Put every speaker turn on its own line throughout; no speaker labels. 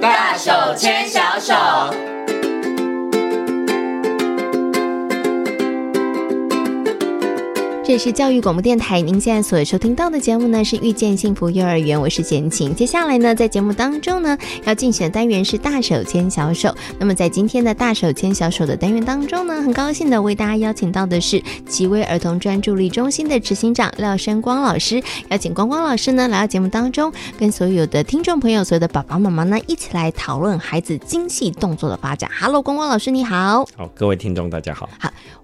大手牵小手。
这里是教育广播电台，您现在所收听到的节目呢是遇见幸福幼儿园，我是简晴。接下来呢，在节目当中呢，要竞选单元是大手牵小手。那么在今天的大手牵小手的单元当中呢，很高兴的为大家邀请到的是奇威儿童专注力中心的执行长廖生光老师，邀请光光老师呢来到节目当中，跟所有的听众朋友、所有的爸爸妈妈呢一起来讨论孩子精细动作的发展。Hello，光光老师你好。
好，各位听众大家好。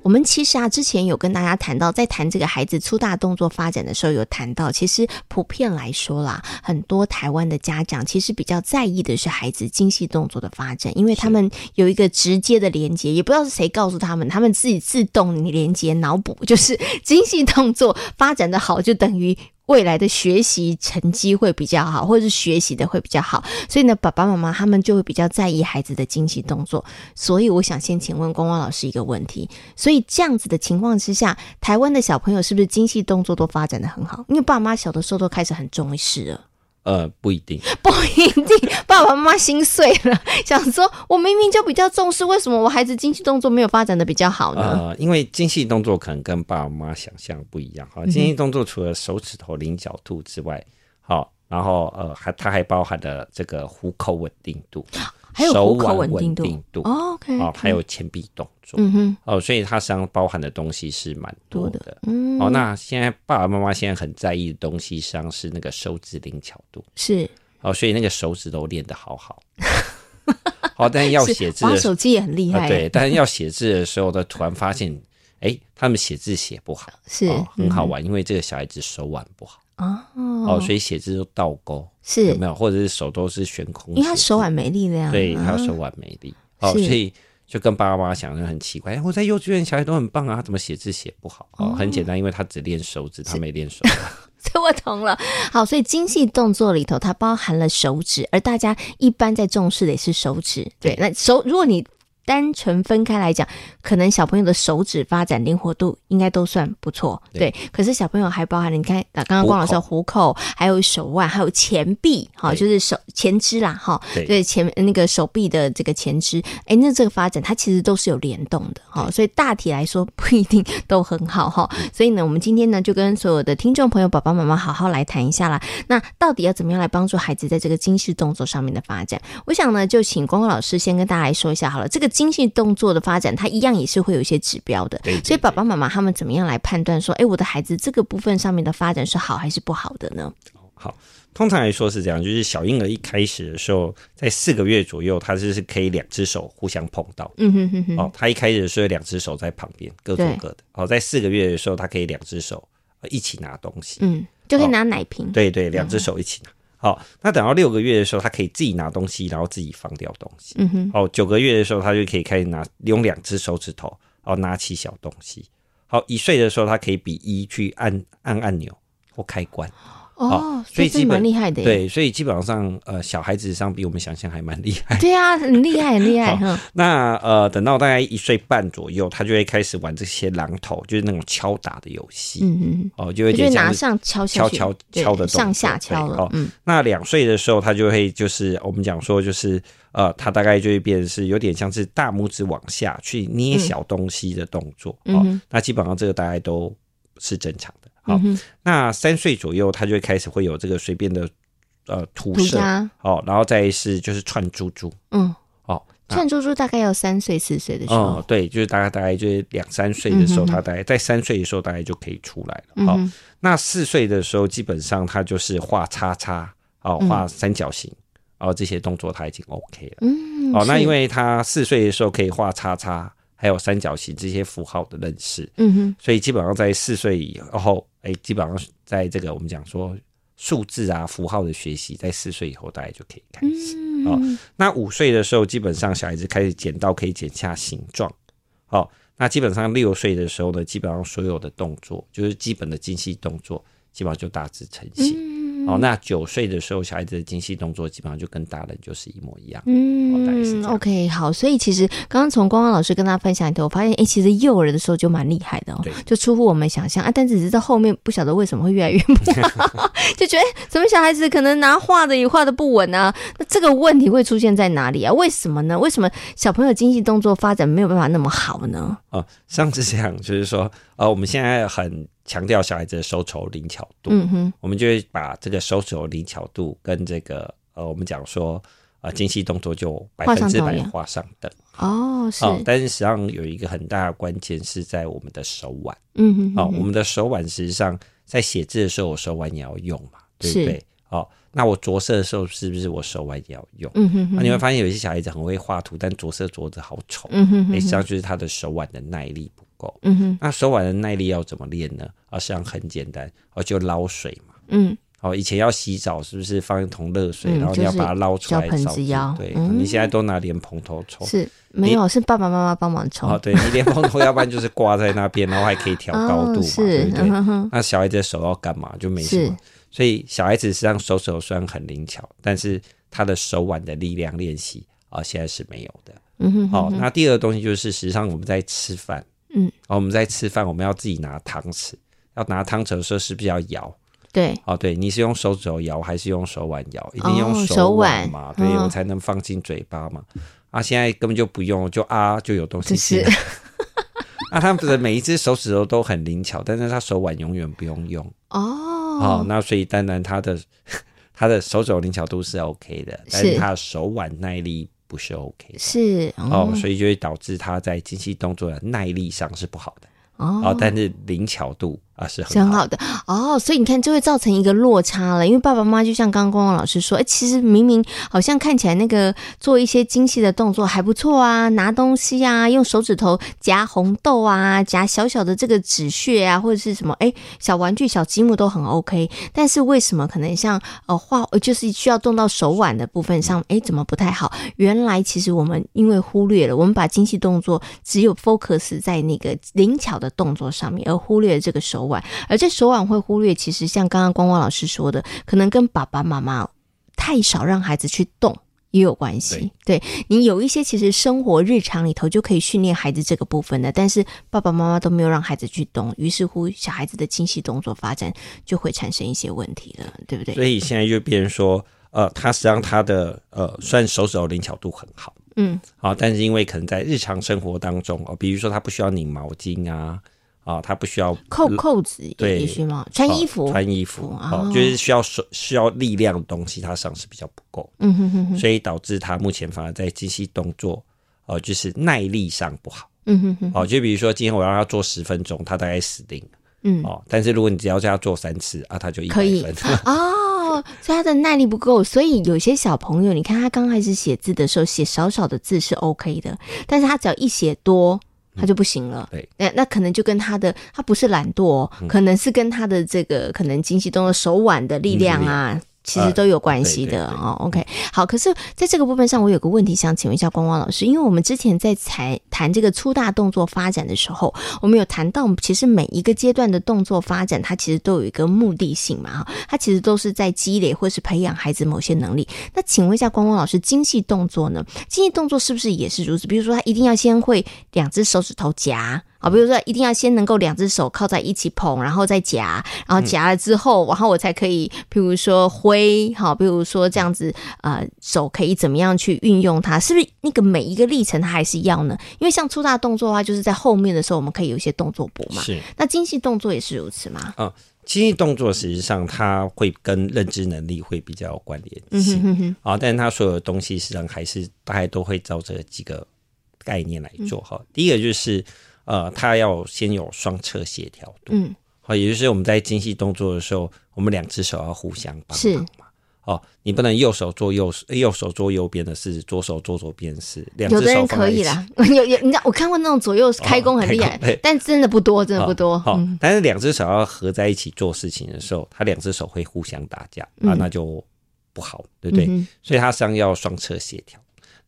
我们其实啊，之前有跟大家谈到，在谈这个孩子粗大动作发展的时候，有谈到，其实普遍来说啦，很多台湾的家长其实比较在意的是孩子精细动作的发展，因为他们有一个直接的连接，也不知道是谁告诉他们，他们自己自动连接脑补，就是精细动作发展的好，就等于。未来的学习成绩会比较好，或者是学习的会比较好，所以呢，爸爸妈妈他们就会比较在意孩子的精细动作。所以，我想先请问光光老师一个问题：所以这样子的情况之下，台湾的小朋友是不是精细动作都发展的很好？因为爸妈小的时候都开始很重视了，
呃，不一定，
不一定爸爸妈妈心碎了， 想说我明明就比较重视，为什么我孩子精细动作没有发展的比较好呢？
呃，因为精细动作可能跟爸妈想象不一样
嗯
哈。精细动作除了手指头零角度之外，好、然后呃，还它还包含了这个虎口稳定度，
还有
手
虎口
腕
稳定
稳
度
定度，
哦，OK，
哦，还有前臂动作，
嗯哼，
哦，所以它实际上包含的东西是蛮多
多
的。
嗯，
哦，那现在爸爸妈妈现在很在意的东西，实际上是那个手指灵巧度。
是
哦，所以那个手指头练得 好好。好、但要
是
写字
玩
的时
手
候，
机也很厉害，
啊，对，但是要写字的时候，他突然发现，哎，他们写字写不好，
是
哦、很好
嗯
玩，因为这个小孩子手腕不好
哦
哦，所以写字都倒钩，
是
有没有？或者是手都是悬空，
因为他手，腕没力量，
嗯对，他
嗯
手腕没力，哦，所
是
以就跟爸爸妈妈想的很奇怪，哎我在幼稚园小孩都很棒啊，他怎么写字写不好？哦，很简单，因为他只练手指，他没练手 腕。
所以我懂了。好，所以精细动作里头它包含了手指，而大家一般在重视的也是手指。对，那手如果你单纯分开来讲，可能小朋友的手指发展灵活度应该都算不错，对。
对
可是小朋友还包含了你看，啊刚刚光老师的虎口，还有手腕，还有前臂，哈，
对
就是手前肢啦，哈，
对
对前那个手臂的这个前肢，哎，那这个发展它其实都是有联动的哈、所以大体来说不一定都很好哈、所以呢，我们今天呢就跟所有的听众朋友、爸爸妈妈好好来谈一下啦。那到底要怎么样来帮助孩子在这个精细动作上面的发展？我想呢，就请光光老师先跟大家来说一下好了。这个精细动作的发展，它一样也是会有一些指标的，
对对
所以
对
爸爸妈妈他们怎么样来判断说，哎，我的孩子这个部分上面的发展是好还是不好的呢？
通常来说是这样，就是小婴儿一开始的时候，在四个月左右，他就是可以两只手互相碰到。
嗯哼哼哼，
哦，他一开始的时候两只手在旁边各做
对
各的。哦，在四个月的时候，他可以两只手呃一起拿东西。
嗯，就可以
哦
拿奶瓶，
对对，两只手一起拿。好、那等到六个月的时候，他可以自己拿东西，然后自己放掉东西。
嗯哼，
哦，九个月的时候，他就可以开始拿用两只手指头哦拿起小东西。好，一岁的时候，他可以比一去按按按钮或开关。
哦
哦，
所
所
以
以
这
基
蛮
本
厉害的耶，
对，所以基本上呃，小孩子上比我们想象还蛮厉害。
对啊，很厉害，很厉 害
好
哈。
那呃，等到大概一岁半左右，他就会开始玩这些榔头，就是那种敲打的游戏。
嗯嗯，
哦，就会有
就是
点
拿
像是。
上敲下
敲
去
敲
对
敲的动
上下
作对
敲了
哦，
嗯，
那两岁的时候，他就会就是我们讲说就是呃，他大概就会变成是有点像是大拇指往下去捏小东西的动作。
嗯
哦
嗯哼，
那基本上这个大概都是正常的。好、
嗯哼
那三岁左右，他就会开始会有这个随便的呃涂
涂
色。
鸦，
哦，然后再是就是串珠珠。
嗯，
哦，那
串珠珠大概要三岁四岁的时
哦
候，，
对，就是大概大概就是两三岁的时候，
嗯哼哼
他大概在三岁的时候大概就可以出来了。
嗯
好、
哼
那四岁的时候，基本上他就是画叉叉，哦，
嗯
画三角形，哦，这些动作他已经 OK 了。
嗯，
哦，那
是
因为他四岁的时候可以画叉叉，还有三角形这些符号的认识，
嗯哼，
所以基本上在四岁以后，哎，基本上在这个我们讲说数字啊符号的学习，在四岁以后大概就可以开始。哦
嗯，
那五岁的时候，基本上小孩子开始剪刀可以剪下形状。好、那基本上六岁的时候呢，基本上所有的动作就是基本的精细动作，基本上就大致成型。
嗯
哦，那九岁的时候，小孩子的精细动作基本上就跟大人就是一模一样。哦大概是这
嗯
样
，OK，好，所以其实刚刚从光光老师跟大家分享里头，我发现，哎，其实幼儿的时候就蛮厉害的哦
对，
就出乎我们想象啊，但只是到后面不晓得为什么会越来越不好， 就觉得诶怎么小孩子可能拿画的也画的不稳啊，那这个问题会出现在哪里啊？为什么呢？为什么小朋友精细动作发展没有办法那么好呢？
哦，上次讲就是说，呃，我们现在很强调小孩子的手肘灵巧度，
嗯哼，
我们就会把这个手肘灵巧度跟这个呃，我们讲说啊、呃，精细动作就百
画
分
上
之
同
百
样
画上等。
哦，是，
哦，但是实际上有一个很大的关键是在我们的手腕
嗯哼，
哦，
嗯哼
我们的手腕实际上在写字的时候，我手腕也要用嘛，对不
是
对？哦，那我着色的时候是不是我手腕也要用？啊
嗯哼哼，
那、你会发现有一些小孩子很会画图，但着色着的好丑，
嗯哼
诶
哼
实际
哼，
上就是他的手腕的耐力不够。
嗯哼，
那手腕的耐力要怎么练呢？啊，实际上很简单，哦，就捞水嘛。
嗯，
哦，以前要洗澡是不是放一桶热水，
嗯
然后你要把它捞出来
就是浇
烧
盆
住
子腰
对，
嗯
你现在都拿莲蓬头冲。
是没有，是爸爸妈妈帮忙冲
哦，，对你莲蓬头，要不然就是挂在那边，然后还可以调高
哦
度嘛，对
是，
不
嗯
对？
哼哼，
那小孩子的手要干嘛？就没什
是
么。所以小孩子实际上手手虽然很灵巧，但是他的手腕的力量练习啊、现在是没有的。
嗯哼哼，
哦，那第二个东西就是，实际上我们在吃饭，
嗯，
哦，我们在吃饭，我们要自己拿汤匙，要拿汤匙的时候是不是要摇？
对，
哦，对，你是用手指头摇还是用手腕摇？一
哦
定用
手
腕
腕
嘛，对、
嗯
我才能放进嘴巴嘛。啊，现在根本就不用，就啊就有东西
就是
进来。啊，他们的每一只手指头都很灵巧，但是他手腕永远不用用。哦，
哦，
那所以当然他的 他的手肘灵巧度是 OK 的，但是
是
他的手腕耐力不是 OK 的。
是
哦，所以就会导致他在精细动作的耐力上是不好的，哦
哦，，
但是灵巧度啊是
是
很
很
好的。
好的哦，所以你看就会造成一个落差了，因为爸爸妈妈就像刚刚光光老师说，哎，其实明明好像看起来那个做一些精细的动作还不错啊，拿东西啊，用手指头夹红豆啊，夹小小的这个纸屑啊，或者是什么，哎，小玩具、小积木都很 OK，但是为什么可能像呃画，呃就是需要动到手腕的部分上，哎，怎么不太好？原来其实我们因为忽略了，我们把精细动作只有 focus 在那个灵巧的动作上面，而忽略这个手腕，而这手腕会忽略，其实像刚刚光光老师说的，可能跟爸爸妈妈太少让孩子去动。也有关系，对你有一些其实生活日常里头就可以训练孩子这个部分的，但是爸爸妈妈都没有让孩子去动，于是乎小孩子的精细动作发展就会产生一些问题了，对不对？
所以现在就变成说，呃，他实际上他的呃，虽然手指头灵巧度很好，
嗯，
啊，但是因为可能在日常生活当中，哦，比如说他不需要拧毛巾啊，啊，他不需要
扣扣子也
对
也需吗？穿衣服，
哦穿衣服，
哦
哦，就是需要手需要力量的东西，他上是比较不够，
嗯哼哼哼，
所以导致他目前反而在精细动作，哦、就是耐力上不好。
嗯哼哼，
哦，就比如说今天我让他做十分钟，他大概死定了
嗯
哦。但是如果你只要叫他做三次啊，他就一百
可以
分。
哦，所以他的耐力不够，所以有些小朋友，你看他刚开始写字的时候，写少少的字是 OK 的，但是他只要一写多，他就不行了。
对
那那可能就跟他的他不是懒惰、哦，可能是跟他的这个可能精细动作、手腕的力量啊。其实都有关系的、
呃对对对
哦。OK，好，可是在这个部分上，我有个问题想请问一下光光老师，因为我们之前在谈谈这个粗大动作发展的时候，我们有谈到，其实每一个阶段的动作发展，它其实都有一个目的性嘛，哈，它其实都是在积累或是培养孩子某些能力。那请问一下光光老师，精细动作呢？精细动作是不是也是如此？比如说，他一定要先会两只手指头夹啊，比如说一定要先能够两只手靠在一起捧，然后再夹，然后夹了之后，然后我才可以，譬如说挥，好，比如说这样子，呃，手可以怎么样去运用它？是不是那个每一个历程它还是要呢？因为像粗大动作的话，就是在后面的时候我们可以有一些动作补嘛。
是
那精细动作也是如此嘛？
精细动作，实际上它会跟认知能力会比较有关联
嗯哼
性
哼哼，
啊、但是它所有的东西实际上还是大概都会照这几个概念来做
嗯
哈、第一个就是呃，它要先有双侧协调度，
嗯，
好、也就是我们在精细动作的时候，我们两只手要互相帮
是
忙嘛。哦，你不能右手做右手，右手做右边的事，左手做左边的事，两只
有
手
的人
放在
可
一
以
起哦
啦， 有有，你知道我看过那种左右开弓很厉
开
害
弓 对，哦
但真的不多，真的不多。
好、
嗯
但是两只手要合在一起做事情的时候，他两只手会互相打架、啊，那就不好，对不对？
嗯嗯哼
所以它实际上要双侧协调。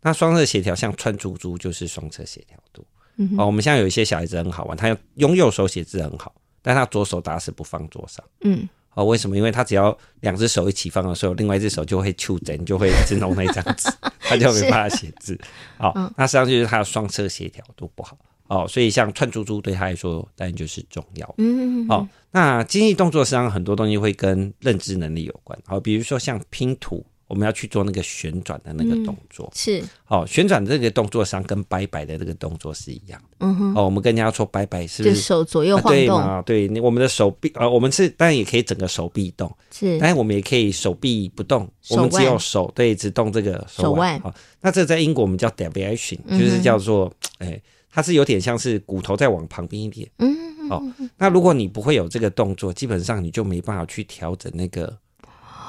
那双侧协调，像串珠珠就是双侧协调度。
嗯哼
哦，我们现在有一些小孩子很好玩，他用右手写字很好，但他左手打死不放桌上。
嗯，
哦，为什么？因为他只要两只手一起放的时候，另外一只手就会触诊，就会只弄那张 纸，他就没办法写字。哦，
嗯
那实际上就是他的双侧协调都不好。哦，所以像串珠珠对他来说，当然就是重要。
嗯，
哦，那精细动作实际上很多东西会跟认知能力有关。好、比如说像拼图，我们要去做那个旋转的那个动作。
是，
好、旋转这个动作实际上跟拜拜的这个动作是一样。
嗯哼，
哦，我们跟人家说拜拜是不？
就是手左右
啊
晃
对
动，
嘛？对，你我们的手臂，呃，我们是当然也可以整个手臂动，
是
但是我们也可以手臂不动，我们
手腕
只有手对，只动这个
手
手腕。
腕
好、那这在英国我们叫 deviation，
嗯哼
就是叫做，哎、它是有点像是骨头再往旁边一点。
嗯，
哦，那如果你不会有这个动作，基本上你就没办法去调整那个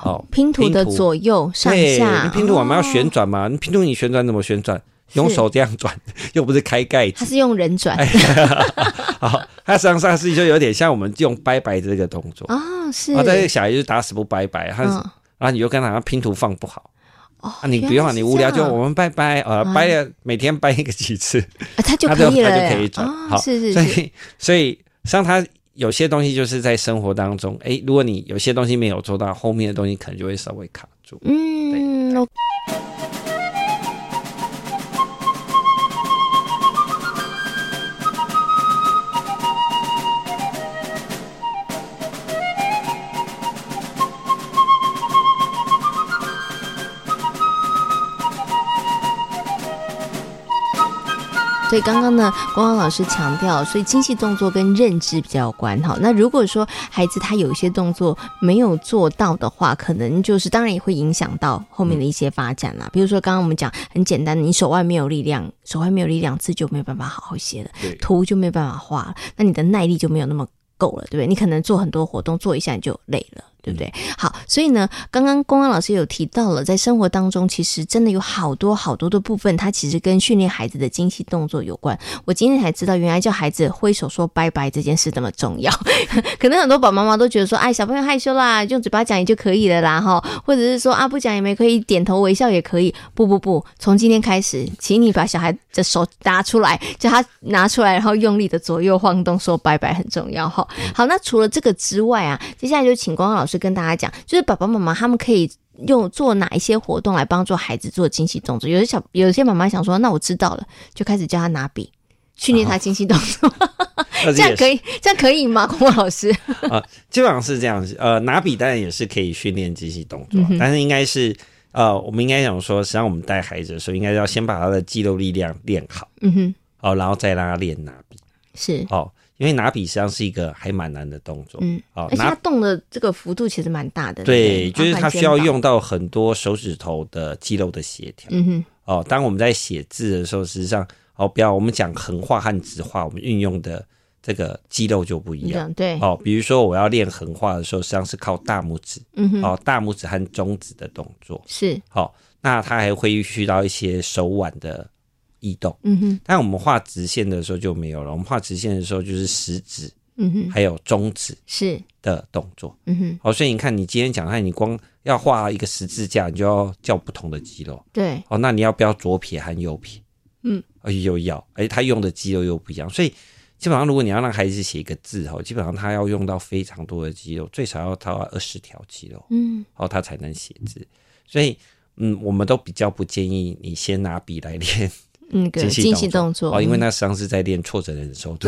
哦
拼图的左右上
对，
下，
你拼图我们
哦
要旋，转嘛，你拼图你旋转怎么旋转？用手这样转， 又不是开盖子
它。是用人转
哎好，它实际上上是就有点像我们用拜拜这个动作。
哦，是，
啊，但是小孩就是打死不拜拜，他、
嗯
然后你就跟他讲拼图放不好。
哦
啊，你不
原
用
来
啊，
是
你无聊
这
就
样
我们拜拜，呃，
啊
拜了每天拜一个几次，
啊，它就
他
可以了
他
耶，
就可以转。
哦
好，
是
所
是是，
以所以像他有些东西就是在生活当中，哎，如果你有些东西没有做到，后面的东西可能就会稍微卡住。
嗯，我所以刚刚呢，光光老师强调，所以精细动作跟认知比较有关哈。那如果说孩子他有一些动作没有做到的话，可能就是当然也会影响到后面的一些发展啦。比如说刚刚我们讲很简单的，你手腕没有力量，手腕没有力量，字就没有办法好好写了，
对
图就没有办法画了，那你的耐力就没有那么。够了，对不对？你可能做很多活动，做一下你就累了，对不对？好，所以呢，刚刚公安老师有提到了，在生活当中，其实真的有好多好多的部分，它其实跟训练孩子的精细动作有关。我今天才知道，原来叫孩子挥手说拜拜这件事那么重要。可能很多宝妈妈都觉得说，哎，小朋友害羞啦，用嘴巴讲也就可以了啦，哈，或者是说啊，不讲也没可以，点头微笑也可以。不不不，从今天开始，请你把小孩的手拿出来，叫他拿出来，然后用力的左右晃动，说拜拜很重要哈。好，那除了这个之外啊，接下来就请光光老师跟大家讲，就是爸爸妈妈他们可以。用做哪一些活动来帮助孩子做精细动作？有些小有些妈妈想说，那我知道了，就开始教他拿笔，训练他精细动作，
那
这样可
以，
以，这样可以吗？光光老师，
基本上是这样子。呃，拿笔当然也是可以训练机器动
嗯
作，但是应该是呃，我们应该想说，实际上我们带孩子的时候，应该要先把他的肌肉力量练好，
嗯哼，
哦，然后再让他练拿笔，
是，
哦。因为拿笔实际上是一个还蛮难的动作，
嗯，
哦
而且
拿
它动的这个幅度其实蛮大的，
对，
不
就是
包
它
括
需要
肩膀，
用到很多手指头的肌肉的协调。
嗯哼，
哦，当我们在写字的时候，实际上哦，不要我们讲横画和直画，我们运用的这个肌肉就不一
你
样。
讲对，
哦，比如说我要练横画的时候，实际上是靠大拇指，
嗯哼，
哦，大拇指和中指的动作。
是，
好、那它还会去到一些手腕的移动。
嗯哼，
但我们画直线的时候就没有了，我们画直线的时候就是食指
嗯哼，
还有中指
是，
的动作。
嗯哼，
好，所以你看，你今天讲，那你光要画一个十字架，你就要叫不同的肌肉。
对，
哦，那你要不要左撇和右撇？
嗯，
哎，又要，哎，他用的肌肉又不一样，所以基本上如果你要让孩子写一个字哦，基本上他要用到非常多的肌肉，最少要到二十条肌肉，
嗯，
哦，他才能写字。所以，嗯，我们都比较不建议你先拿笔来练
那个
精
精细动作，
哦，因为
嗯
那实际上是在练挫折 忍受度。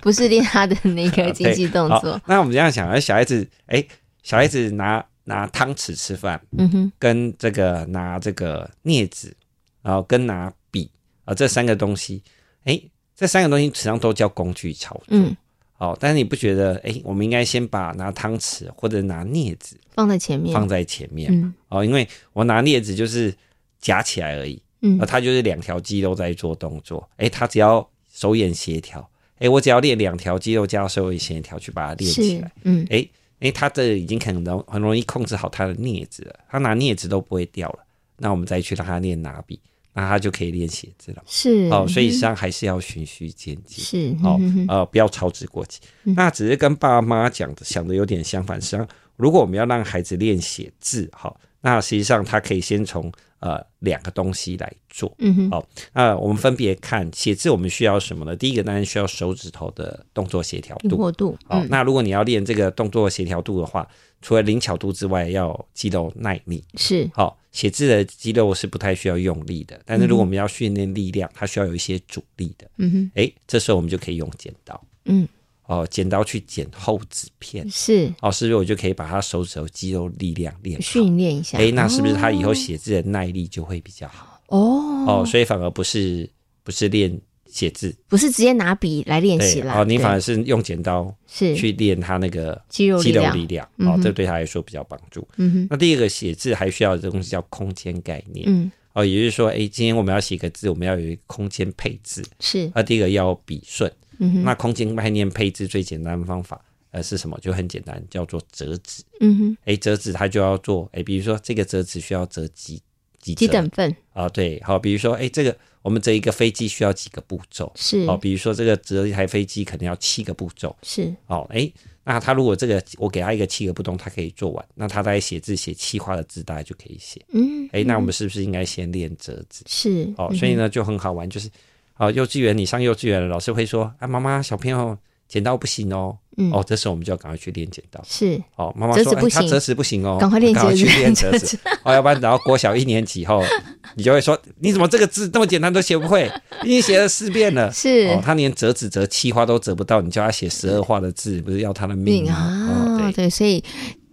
不是练他的那个
对
精细动
啊好
作，
那我们这样想，哎小孩子，哎，小孩子拿拿汤匙吃饭，
嗯哼，
跟这个拿这个镊子，然后跟拿笔啊、这三个东西，哎，这三个东西实际上都叫工具操作。
嗯，
哦，但是你不觉得？哎，我们应该先把拿汤匙或者拿镊子
放在前面，
放在前面、
嗯
哦，因为我拿镊子就是夹起来而已，
嗯
啊，它就是两条肌肉在做动作。哎，它只要手眼协调，哎，我只要练两条肌肉加手眼协调去把它练起
是
来，，
嗯，
哎哎，他这已经很容很容易控制好他的镊子了，他拿镊子都不会掉了。那我们再去让他练拿笔，那他就可以练写字了。
是，嗯
哦，所以实际上还是要循序渐进。
是，
哦
嗯哼，嗯
呃，不要操之过急。那只啊是跟爸妈讲的想的有点相反。实际上，如果我们要让孩子练写字，好、那实际上它可以先从呃两个东西来做。
嗯哼，
好，那我们分别看写字，我们需要什么呢？第一个当然需要手指头的动作协调
灵
度。
活度，
好，
嗯
那如果你要练这个动作协调度的话，除了灵巧度之外，要肌肉耐力。
是
好，写字的肌肉是不太需要用力的，但是如果我们要训练力量，它需要有一些阻力的。
嗯哼，
诶，这时候我们就可以用剪刀，
嗯
哦，剪刀去剪厚纸片，
是
哦，是不是我就可以把他手指头肌肉力量练好？哎
训练一下。
诶，那是不是他以后写字的耐力就会比较好？
哦
哦，所以反而不是不是练写字，
不是直接拿笔来练习
对，
啦，
哦，你
对
反而是用剪刀
是
去练他那个
肌肉力
肌肉
量
力量，
嗯
哦
哼，
这对他来说比较帮助。
嗯哼
那第二个写字还需要的东西叫空间概念，
嗯
哦，也就是说，诶，今天我们要写个字，我们要有一个空间配置，
是
那第一个要笔顺。
嗯哼
那空间概念配置最简单的方法，呃，是什么？就很简单，叫做折纸。
嗯哼
诶，折纸它就要做，诶，比如说这个折纸需要折几几
几
折
等份
啊？对，好，比如说，诶，这个我们折一个飞机需要几个步骤？
是
哦，比如说这个折一台飞机可能要七个步骤。
是
哦，诶，那他如果这个我给他一个七个步骤，他可以做完，那他在写字写气化的字，大概就可以写。
嗯
诶，那我们是不是应该先练折纸？
是嗯
哦，所以呢就很好玩，就是哦，幼稚园你上幼稚园了，老师会说啊，妈妈小朋友剪刀不行哦，
嗯
哦，这时候我们就要赶快去练剪刀。
是
哦，妈妈
折
说
纸不
哎他
行
折纸不行哦，
赶快练折纸
去练折
折
纸哦，要不然等到国小一年级后，你就会说你怎么这个字那么简单都写不 会，已经写了四遍了。
是
哦，他连折纸折七画都折不到，你叫他写十二画的字，不是要他的命
命
吗？
啊，
哦对
对，所以。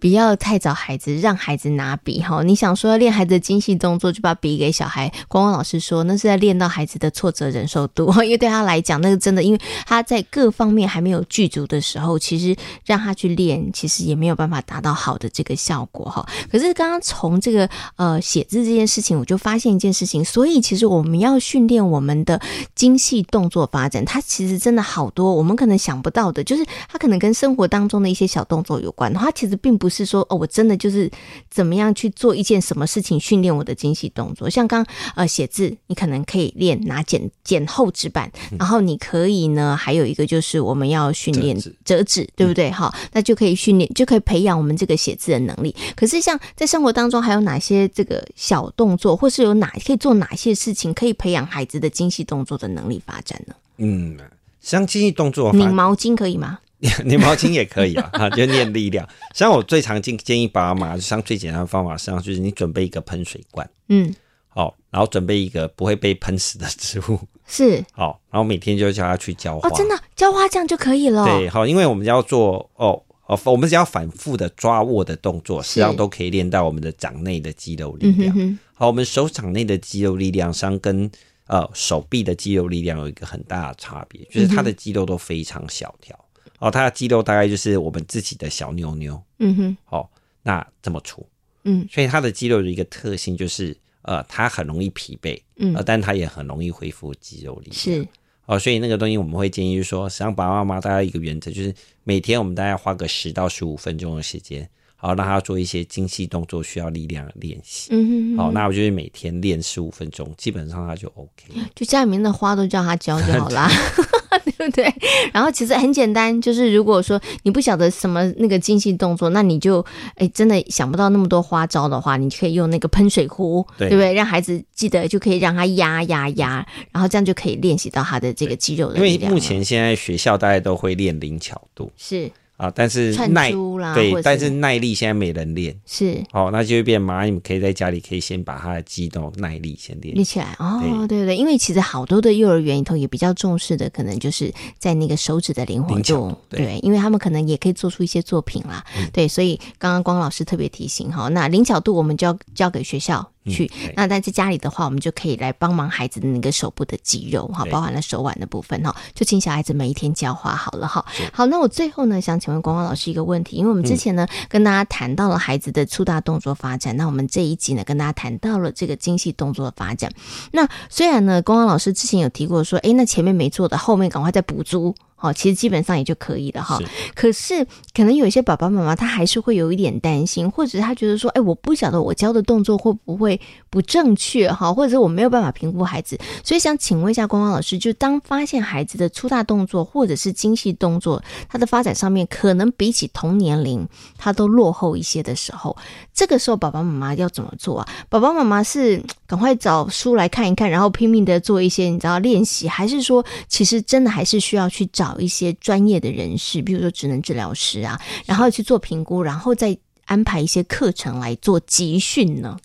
不要太早孩子，让孩子拿笔哈。你想说练孩子的精细动作，就把笔给小孩。光光老师说，那是在练到孩子的挫折忍受度， 因为对他来讲，那个真的，因为他在各方面还没有具足的时候，其实让他去练，其实也没有办法达到好的这个效果哈。可是刚刚从这个呃写字这件事情，我就发现一件事情，所以其实我们要训练我们的精细动作发展，它其实真的好多我们可能想不到的，就是它可能跟生活当中的一些小动作有关。它其实并不是说哦，我真的就是怎么样去做一件什么事情训练我的精细动作。像刚呃写字，你可能可以练拿剪剪厚纸板，然后你可以呢，还有一个就是我们要训练
折纸
折纸，对不对？好，那就可以训练，就可以培养我们这个写字的能力。可是像在生活当中，还有哪些这个小动作，或是有哪可以做哪些事情，可以培养孩子的精细动作的能力发展呢？
嗯，像记忆动作法，
拧毛巾可以吗？
拧毛巾也可以啊，啊，就练力量。像我最常建建议爸妈，就像最简单的方法，实际上就是你准备一个喷水罐，
嗯，
好、然后准备一个不会被喷死的植物，
是
好、然后每天就叫他去浇花。
哦，真的浇花这样就可以了。
对，好、因为我们要做哦。哦，我们只要反复的抓握的动作，实际上都可以练到我们的掌内的肌肉力
嗯哼
量。
哼，
好，我们手掌内的肌肉力量，实际上跟呃手臂的肌肉力量有一个很大的差别，就
嗯
是它的肌肉都非常小条。哦，它的肌肉大概就是我们自己的小妞妞。
嗯哼，
哦，那这么粗，
嗯，
所以它的肌肉的一个特性就是，呃，它很容易疲惫，
嗯
呃，但它也很容易恢复肌肉力量。
是
哦，所以那个东西我们会建议就是说，实际上爸爸妈妈大家一个原则就是，每天我们大概花个十到十五分钟的时间，好让他做一些精细动作需要力量的练习。
嗯哼哼，
好，那我就是每天练十五分钟，基本上他就 OK 了。
就家里面的花都叫他浇就好 啦。 对不对？然后其实很简单，就是如果说你不晓得什么那个精细动作，那你就哎真的想不到那么多花招的话，你可以用那个喷水壶，
对
不对？让孩子记得就可以让他压压压，然后这样就可以练习到他的这个肌肉的
因为
力量了。啊
目前现在学校大家都会练灵巧度
是
啊，但是
串
耐
珠啦，或者
对，但是耐力现在没人练。
是
哦，那就会变麻。你们可以在家里可以先把他的肌肉耐力先练
立。起来哦，对对，因为其实好多的幼儿园里头也比较重视的，可能就是在那个手指的灵活
灵巧
度
度，
对
对嗯
因为他们可能也可以做出一些作品啦，对，所以刚刚光老师特别提醒哈，那灵巧度我们就要交给学校去，
嗯对
那但在家里的话，我们就可以来帮忙孩子的那个手部的肌肉哈，
对
包含了手腕的部分哈，就请小孩子每一天教化好了哈。好，那我最后呢，想请问光光老师一个问题，因为我
嗯
们之前呢、跟大家谈到了孩子的粗大动作发展，那我们这一集呢跟大家谈到了这个精细动作的发展。那虽然呢，光光老师之前有提过说，诶，那前面没做的，后面赶快再补足。哦，其实基本上也就可以了哈。
是
可是可能有一些爸爸妈妈他还是会有一点担心，或者是他觉得说，哎，我不晓得我教的动作会不会不正确哈，或者是我没有办法评估孩子，所以想请问一下光光老师，就当发现孩子的粗大动作或者是精细动作，他的发展上面可能比起同年龄他都落后一些的时候，这个时候爸爸妈妈要怎么做啊？爸爸妈妈是赶快找书来看一看，然后拼命的做一些你知道练习，还是说其实真的还是需要去找一些专业的人士，比如说职能治疗师啊，然后去做评估，然后再安排一些课程来做集训呢？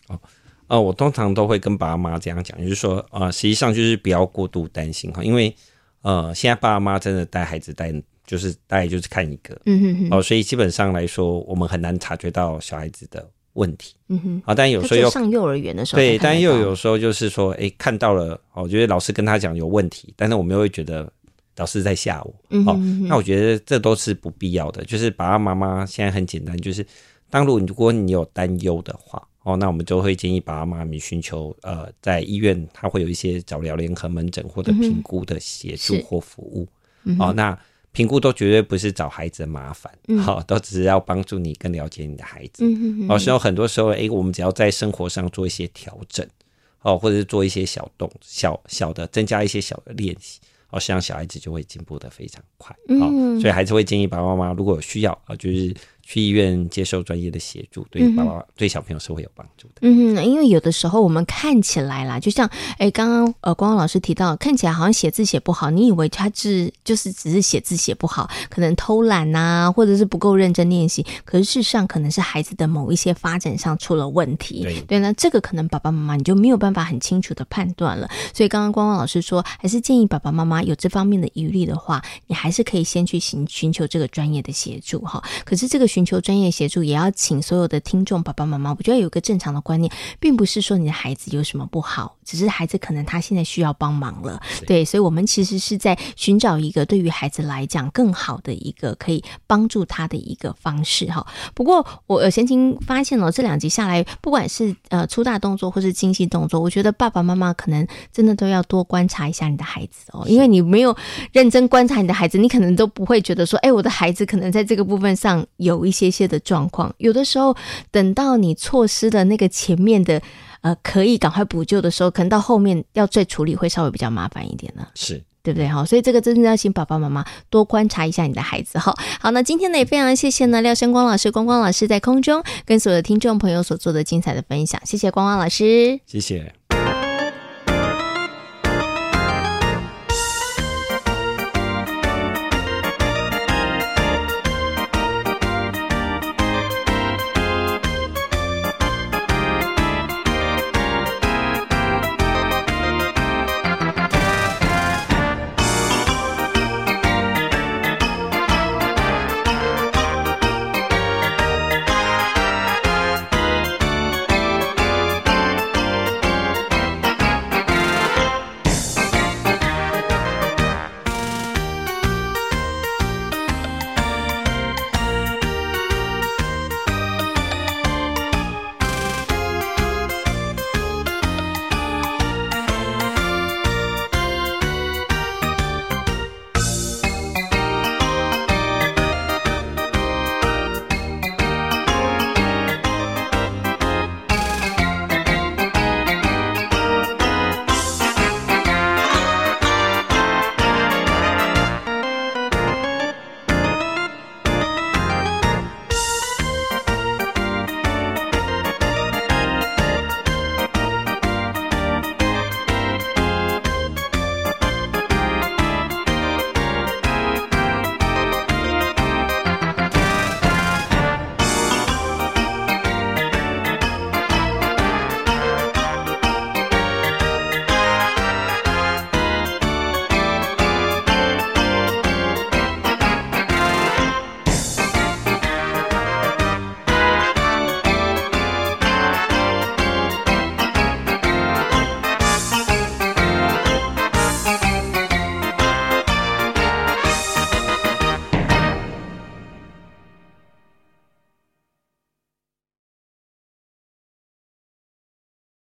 呃，我通常都会跟爸妈这样讲，就是说，呃，实际上就是不要过度担心哈，因为呃，现在爸妈真的带孩子带就是大概就是看一个
嗯哼哼，
哦、所以基本上来说，我们很难察觉到小孩子的问题
嗯哼，
啊、但有时候
他
又
就上幼儿园的时候才
对，
看得到，
但又有时候就是说，哎、看到了哦，觉得老师跟他讲有问题，但是我们又会觉得老师在吓我
嗯
哦、
哼哼
那我觉得这都是不必要的，就是爸爸妈妈现在很简单，就是当如如果你有担忧的话。哦，那我们就会建议爸爸妈妈寻求呃，在医院他会有一些早疗联合门诊或者评估的协助
是
或服务。
嗯哼
哦，那评估都绝对不是找孩子的麻烦，好、
嗯
都只是要帮助你更了解你的孩子。
嗯哼哼，
哦，所以很多时候，诶，我们只要在生活上做一些调整，哦，或者是做一些小动、小小的增加一些小的练习，哦，实际上小孩子就会进步的非常快。哦，
嗯
所以还是会建议爸爸妈妈如果有需要啊、呃就是去医院接受专业的协助，对爸爸、对小朋友是会有帮助的。
嗯哼，因为有的时候我们看起来啦，就像哎，刚刚呃，光光老师提到，看起来好像写字写不好，你以为他是就是只是写字写不好，可能偷懒呐、或者是不够认真练习，可是事实上可能是孩子的某一些发展上出了问题。
对
那这个可能爸爸妈妈你就没有办法很清楚的判断了。所以刚刚光光老师说，还是建议爸爸妈妈有这方面的疑虑的话，你还是可以先去寻寻求这个专业的协助哈。可是这个寻求专业协助，也要请所有的听众爸爸妈妈，我觉得有一个正常的观念，并不是说你的孩子有什么不好，只是孩子可能他现在需要帮忙了，对，所以我们其实是在寻找一个对于孩子来讲更好的一个可以帮助他的一个方式哈。不过我呃先经发现了这两集下来，不管是呃粗大动作或是精细动作，我觉得爸爸妈妈可能真的都要多观察一下你的孩子哦，因为你没有认真观察你的孩子，你可能都不会觉得说，哎，我的孩子可能在这个部分上有一些些的状况。有的时候，等到你错失了那个前面的呃可以赶快补救的时候，可能到后面要再处理会稍微比较麻烦一点呢。
是，
对不对哈？所以这个真的要请爸爸妈妈多观察一下你的孩子哈。好，那今天呢也非常谢谢呢廖生光老师、光光老师在空中跟所有的听众朋友所做的精彩的分享，谢谢光光老师。
谢谢。